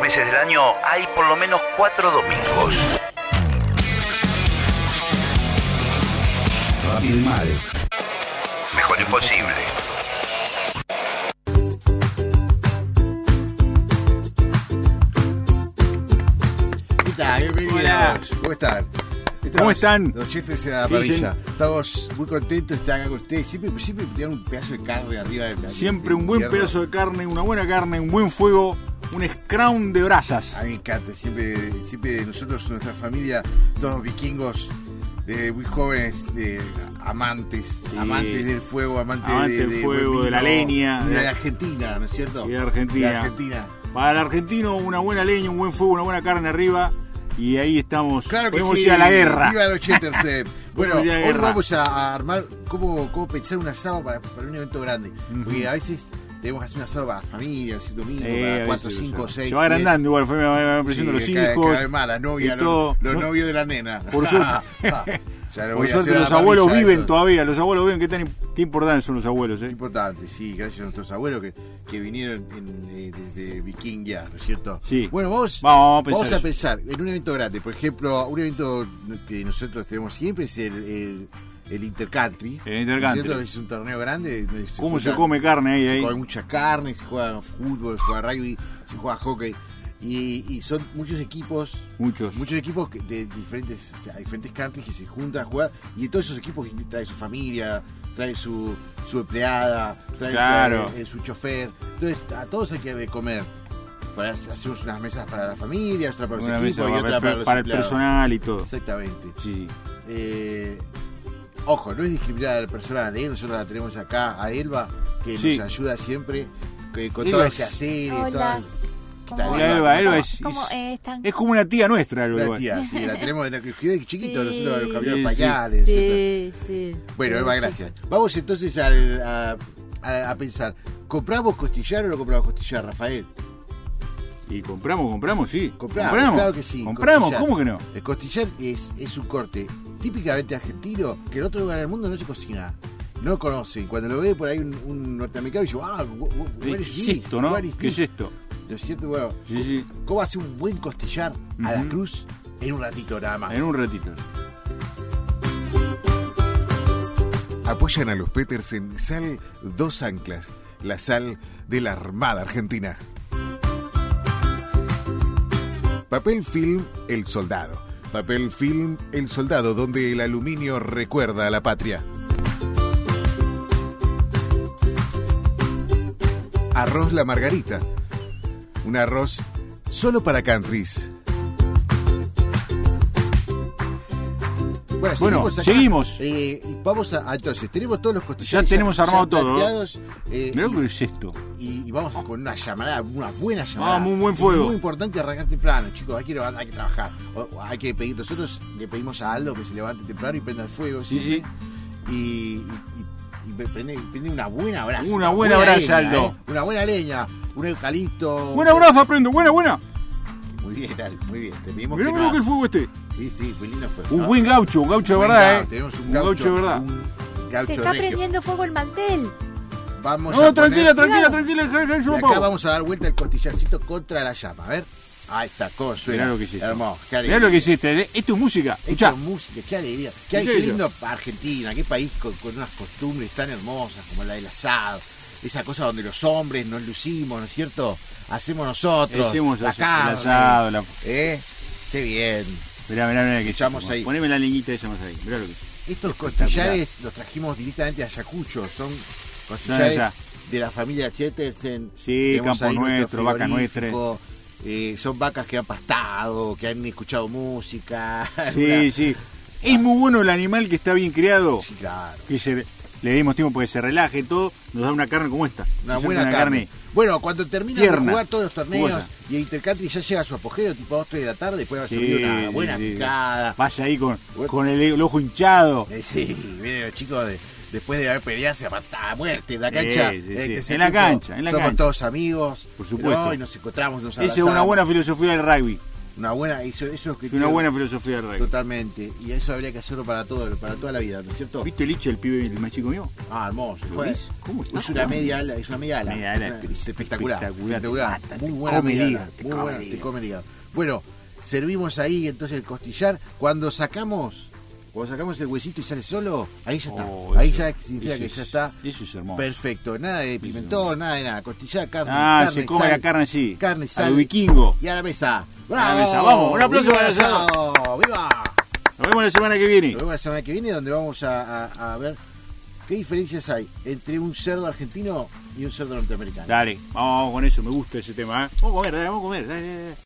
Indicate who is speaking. Speaker 1: meses del año hay por lo menos cuatro domingos.
Speaker 2: Rápido y mal.
Speaker 1: Mejor imposible.
Speaker 3: ¿Qué tal? Bienvenidos.
Speaker 4: Hola.
Speaker 3: ¿Cómo están? Estamos,
Speaker 4: ¿Cómo están?
Speaker 3: Los chistes en la
Speaker 4: ¿Qué
Speaker 3: parrilla. Estamos muy contentos de estar acá con ustedes. Siempre, siempre tiran un pedazo de carne arriba de la
Speaker 4: Siempre un buen pedazo de carne, una buena carne, un buen fuego, un scrown de brasas.
Speaker 3: A mí me encanta. Siempre, siempre nosotros, nuestra familia, todos vikingos, desde muy jóvenes, eh, amantes.
Speaker 4: Sí.
Speaker 3: Amantes del fuego, amantes,
Speaker 4: Amantes
Speaker 3: de-
Speaker 4: del
Speaker 3: de
Speaker 4: fuego,
Speaker 3: buen
Speaker 4: de la
Speaker 3: vino,
Speaker 4: leña.
Speaker 3: De la Argentina, ¿no es cierto?
Speaker 4: De la Argentina.
Speaker 3: De la Argentina.
Speaker 4: Para el argentino, una buena leña, un buen fuego, una buena carne arriba. Y ahí estamos.
Speaker 3: Claro que
Speaker 4: Podemos
Speaker 3: sí.
Speaker 4: ir a la guerra.
Speaker 3: Viva los Chetters. eh. bueno,
Speaker 4: Podemos ir a la
Speaker 3: hoy
Speaker 4: guerra.
Speaker 3: vamos a, a armar cómo, cómo pensar un asado para, para un evento grande. Porque a veces tenemos que hacer un asado para la familia, el domingo,
Speaker 4: Eh,
Speaker 3: para
Speaker 4: a veces,
Speaker 3: 4,
Speaker 4: o sea,
Speaker 3: 5, 6.
Speaker 4: Se va agrandando igual, fue me van apareciendo los hijos.
Speaker 3: Cada vez más, la novia,
Speaker 4: y
Speaker 3: los,
Speaker 4: todo.
Speaker 3: los
Speaker 4: No-
Speaker 3: novios de la nena.
Speaker 4: Por suerte.
Speaker 3: Ya lo voy a
Speaker 4: Por suerte
Speaker 3: hacer a
Speaker 4: los
Speaker 3: la
Speaker 4: abuelos
Speaker 3: parrilla,
Speaker 4: viven
Speaker 3: eso.
Speaker 4: todavía, los abuelos viven qué tan im- qué importantes son los abuelos,
Speaker 3: Es
Speaker 4: eh.
Speaker 3: importante, sí, gracias a nuestros abuelos que, que vinieron en, eh, desde Vikingia, ¿no es cierto?
Speaker 4: Sí.
Speaker 3: Bueno, vos,
Speaker 4: Vamos, vamos a pensar
Speaker 3: vamos a
Speaker 4: eso.
Speaker 3: pensar en un evento grande. Por ejemplo, un evento que nosotros tenemos siempre es el, el, el Intercountry.
Speaker 4: El Intercountry.
Speaker 3: ¿no es cierto? Es un torneo grande. donde
Speaker 4: ¿Cómo se
Speaker 3: juega-
Speaker 4: come carne ahí
Speaker 3: Se
Speaker 4: ahí?
Speaker 3: come mucha carne, se juega fútbol, se juega rugby, se juega hockey. Y, y son muchos equipos
Speaker 4: Muchos.
Speaker 3: muchos equipos que- de diferentes, o sea, diferentes countries que se juntan a jugar y todos esos equipos que trae su familia, trae su, su empleada, trae
Speaker 4: Claro.
Speaker 3: su, eh, su chofer. Entonces, a todos hay que de comer. Para, hacemos unas mesas para la familia, otra para los
Speaker 4: Una vez
Speaker 3: equipos y
Speaker 4: va-
Speaker 3: otra para los
Speaker 4: para el
Speaker 3: empleados.
Speaker 4: personal y todo.
Speaker 3: Exactamente.
Speaker 4: Sí.
Speaker 3: Eh, ojo, no es discriminar al personal, ¿eh? nosotros la tenemos acá a Elba, que
Speaker 4: Sí.
Speaker 3: nos ayuda siempre que- con
Speaker 4: Elba
Speaker 3: todos los
Speaker 4: es-
Speaker 3: quehaceres.
Speaker 5: Hola.
Speaker 3: todas- ¿Qué tal,
Speaker 5: ¿Cómo
Speaker 4: Hola,
Speaker 5: va?
Speaker 4: Elba, Elba
Speaker 5: ¿Cómo-
Speaker 4: es-
Speaker 5: cómo,
Speaker 4: es-
Speaker 5: eh, están?
Speaker 4: Es como una tía nuestra, el
Speaker 3: La
Speaker 4: lugar.
Speaker 3: tía, sí, la tenemos de chiquito,
Speaker 5: Sí.
Speaker 3: nosotros nos cambiamos
Speaker 4: Sí, sí.
Speaker 3: pañales. etcétera.
Speaker 5: Sí, sí.
Speaker 3: Ah, Bueno,
Speaker 5: Sí,
Speaker 3: Eva,
Speaker 5: sí.
Speaker 3: gracias. Vamos entonces al- a, a- a pensar, ¿compramos costillar o no compramos costillar, Rafael?
Speaker 4: Y compramos, compramos, sí.
Speaker 3: Compramos,
Speaker 4: compramos.
Speaker 3: claro que sí.
Speaker 4: Compramos,
Speaker 3: costillar.
Speaker 4: ¿cómo que no?
Speaker 3: El costillar es, es un corte típicamente argentino que en otro lugar del mundo no se cocina. No lo conocen. Cuando lo ve por ahí un, un norteamericano, dice, "Ah, wow,
Speaker 4: ¿Qué
Speaker 3: what is
Speaker 4: es
Speaker 3: this?
Speaker 4: esto, no?
Speaker 3: What is
Speaker 4: ¿Qué es
Speaker 3: this?"
Speaker 4: esto?
Speaker 3: ¿No es cierto? Bueno,
Speaker 4: Sí, sí.
Speaker 3: ¿cómo hace un buen costillar a la
Speaker 4: Ujú.
Speaker 3: cruz en un ratito nada más?
Speaker 4: En un ratito.
Speaker 2: Apoyan a los Peters en Sal Dos Anclas, la sal de la Armada Argentina. Papel film El Soldado. Papel film El Soldado, donde el aluminio recuerda a la patria. Arroz La Margarita. Un arroz solo para countries.
Speaker 3: Bueno,
Speaker 4: Bueno,
Speaker 3: acá.
Speaker 4: seguimos.
Speaker 3: Eh, y vamos a, a- entonces, tenemos todos los costillares.
Speaker 4: Ya tenemos armado todo,
Speaker 3: planteados, eh,
Speaker 4: Mirá lo
Speaker 3: y-
Speaker 4: que es esto.
Speaker 3: y, y vamos con una llamarada, una buena llamada.
Speaker 4: Vamos, un Ah, buen fuego.
Speaker 3: Es muy importante arrancar temprano, chicos. Hay que, levantar- hay que trabajar. O- o hay que pedir. Nosotros le pedimos a Aldo que se levante temprano y prenda el fuego.
Speaker 4: Sí,
Speaker 3: siempre. Y, y- y- y prende, prende una buena brasa.
Speaker 4: Una buena brasa,
Speaker 3: leña,
Speaker 4: Aldo.
Speaker 3: ¿eh? Una buena leña, un eucalipto.
Speaker 4: Buena braza, prendo, buena, buena.
Speaker 3: Muy bien, Aldo, muy bien. Te pedimos
Speaker 4: Mirá
Speaker 3: que
Speaker 4: lo que el
Speaker 3: no.
Speaker 4: fuego este.
Speaker 3: Sí, sí, muy lindo fuego.
Speaker 4: Un
Speaker 3: ¿no?
Speaker 4: buen gaucho, un gaucho de
Speaker 3: Ah. Buen
Speaker 4: verdad,
Speaker 3: gaucho,
Speaker 4: ¿eh?
Speaker 3: Tenemos un
Speaker 4: Un gaucho de verdad.
Speaker 3: un gaucho
Speaker 5: Se está
Speaker 3: regio.
Speaker 5: prendiendo fuego el mantel.
Speaker 3: Vamos a
Speaker 4: No,
Speaker 3: poner-
Speaker 4: tranquila, tranquila,
Speaker 5: Claro.
Speaker 4: tranquila, deja- deja, yo
Speaker 3: Y
Speaker 4: lo
Speaker 3: acá
Speaker 4: apago.
Speaker 3: vamos a dar vuelta el costillarcito contra la llama. A ver. Ahí está, cómo suena.
Speaker 4: Mirá lo que hiciste.
Speaker 3: Hermoso. Qué
Speaker 4: Mirá
Speaker 3: alegría.
Speaker 4: lo que hiciste, ¿eh? esto es música.
Speaker 3: Esto
Speaker 4: Escuchá,
Speaker 3: es música, qué alegría. Qué,
Speaker 4: Sí,
Speaker 3: qué
Speaker 4: sí.
Speaker 3: lindo Argentina, qué país con, con unas costumbres tan hermosas como la del asado. Esa cosa donde los hombres nos lucimos, ¿no es cierto? Hacemos nosotros.
Speaker 4: hacemos
Speaker 3: la
Speaker 4: as- el
Speaker 3: carne,
Speaker 4: asado. La...
Speaker 3: ¿Eh? Qué bien.
Speaker 4: Mirá, mirá, mirá que
Speaker 3: Echamos
Speaker 4: chico.
Speaker 3: ahí.
Speaker 4: Poneme la liguita esa más ahí. Mirá lo que es.
Speaker 3: Estos
Speaker 4: Espectacular.
Speaker 3: costillares los trajimos directamente a Ayacucho. Son
Speaker 4: Ya,
Speaker 3: costillares
Speaker 4: ya.
Speaker 3: de la familia Chettersen.
Speaker 4: Sí,
Speaker 3: Tenemos
Speaker 4: campo
Speaker 3: ahí
Speaker 4: nuestro, vaca nuestra.
Speaker 3: frigorífico. Eh, son vacas que han pastado, que han escuchado música.
Speaker 4: Sí, sí. Es muy bueno el animal que está bien criado.
Speaker 3: Sí, claro.
Speaker 4: que se- le dimos tiempo para que se relaje y todo, nos da una carne como esta.
Speaker 3: Una
Speaker 4: Nos da
Speaker 3: buena carne. Bueno, cuando terminan de
Speaker 4: tierna,
Speaker 3: jugar todos los torneos
Speaker 4: jugosa.
Speaker 3: y el Intercountry ya llega a su apogeo, tipo a 2 3 de la tarde, después va a
Speaker 4: Sí,
Speaker 3: servir una
Speaker 4: sí,
Speaker 3: buena
Speaker 4: sí.
Speaker 3: picada.
Speaker 4: Pasa ahí con, con el, el ojo hinchado.
Speaker 3: Eh, Sí, vienen los chicos de- después de haber peleado se mata a muerte en la cancha.
Speaker 4: Sí, sí,
Speaker 3: eh,
Speaker 4: sí.
Speaker 3: que ese
Speaker 4: En la
Speaker 3: tipo,
Speaker 4: cancha, en la
Speaker 3: Somos
Speaker 4: cancha.
Speaker 3: todos amigos.
Speaker 4: Por supuesto.
Speaker 3: No, y nos encontramos, nos
Speaker 4: Esa es una
Speaker 3: abrazamos.
Speaker 4: buena filosofía del rugby.
Speaker 3: Una buena, eso, eso es que
Speaker 4: Es una
Speaker 3: tiene-
Speaker 4: buena filosofía del rey.
Speaker 3: Totalmente. Y eso habría que hacerlo para todo, para toda la vida, ¿no es cierto?
Speaker 4: ¿Viste el hicho el pibe el más chico mío?
Speaker 3: Ah, hermoso.
Speaker 4: ¿Lo
Speaker 3: Joder.
Speaker 4: ves? ¿Cómo está
Speaker 3: es una
Speaker 4: jugando?
Speaker 3: media ala, es una media ala.
Speaker 4: Media ala,
Speaker 3: Una-
Speaker 4: pero es
Speaker 3: espectacular.
Speaker 4: espectacular, te mata,
Speaker 3: Muy
Speaker 4: te
Speaker 3: buena
Speaker 4: come
Speaker 3: media
Speaker 4: el
Speaker 3: ala,
Speaker 4: hígado, te
Speaker 3: muy
Speaker 4: come
Speaker 3: buena,
Speaker 4: el
Speaker 3: te
Speaker 4: hígado.
Speaker 3: come el hígado. Bueno, servimos ahí entonces el costillar. Cuando sacamos, cuando sacamos el huesito y sale solo, ahí ya está.
Speaker 4: Oh,
Speaker 3: ahí
Speaker 4: eso-
Speaker 3: ya significa
Speaker 4: eso
Speaker 3: que
Speaker 4: es-
Speaker 3: ya está.
Speaker 4: Eso es hermoso.
Speaker 3: Perfecto, nada de pimentón, nada de nada, costillar, carne.
Speaker 4: Ah,
Speaker 3: carne,
Speaker 4: se come
Speaker 3: sal,
Speaker 4: la carne así.
Speaker 3: Carne,
Speaker 4: A
Speaker 3: sal.
Speaker 4: lo vikingo.
Speaker 3: Y a la mesa.
Speaker 4: A
Speaker 3: ¡Bravo!
Speaker 4: la mesa, vamos, un aplauso
Speaker 3: ¡Viva
Speaker 4: para el
Speaker 3: el asado! ¡Viva!
Speaker 4: Nos vemos la semana que viene.
Speaker 3: Nos vemos la semana que viene donde vamos a, a- a ver qué diferencias hay entre un cerdo argentino y un cerdo norteamericano.
Speaker 4: Dale, vamos con eso, me gusta ese tema. ¿eh? Vamos a comer, dale, vamos a comer. Dale, dale, dale.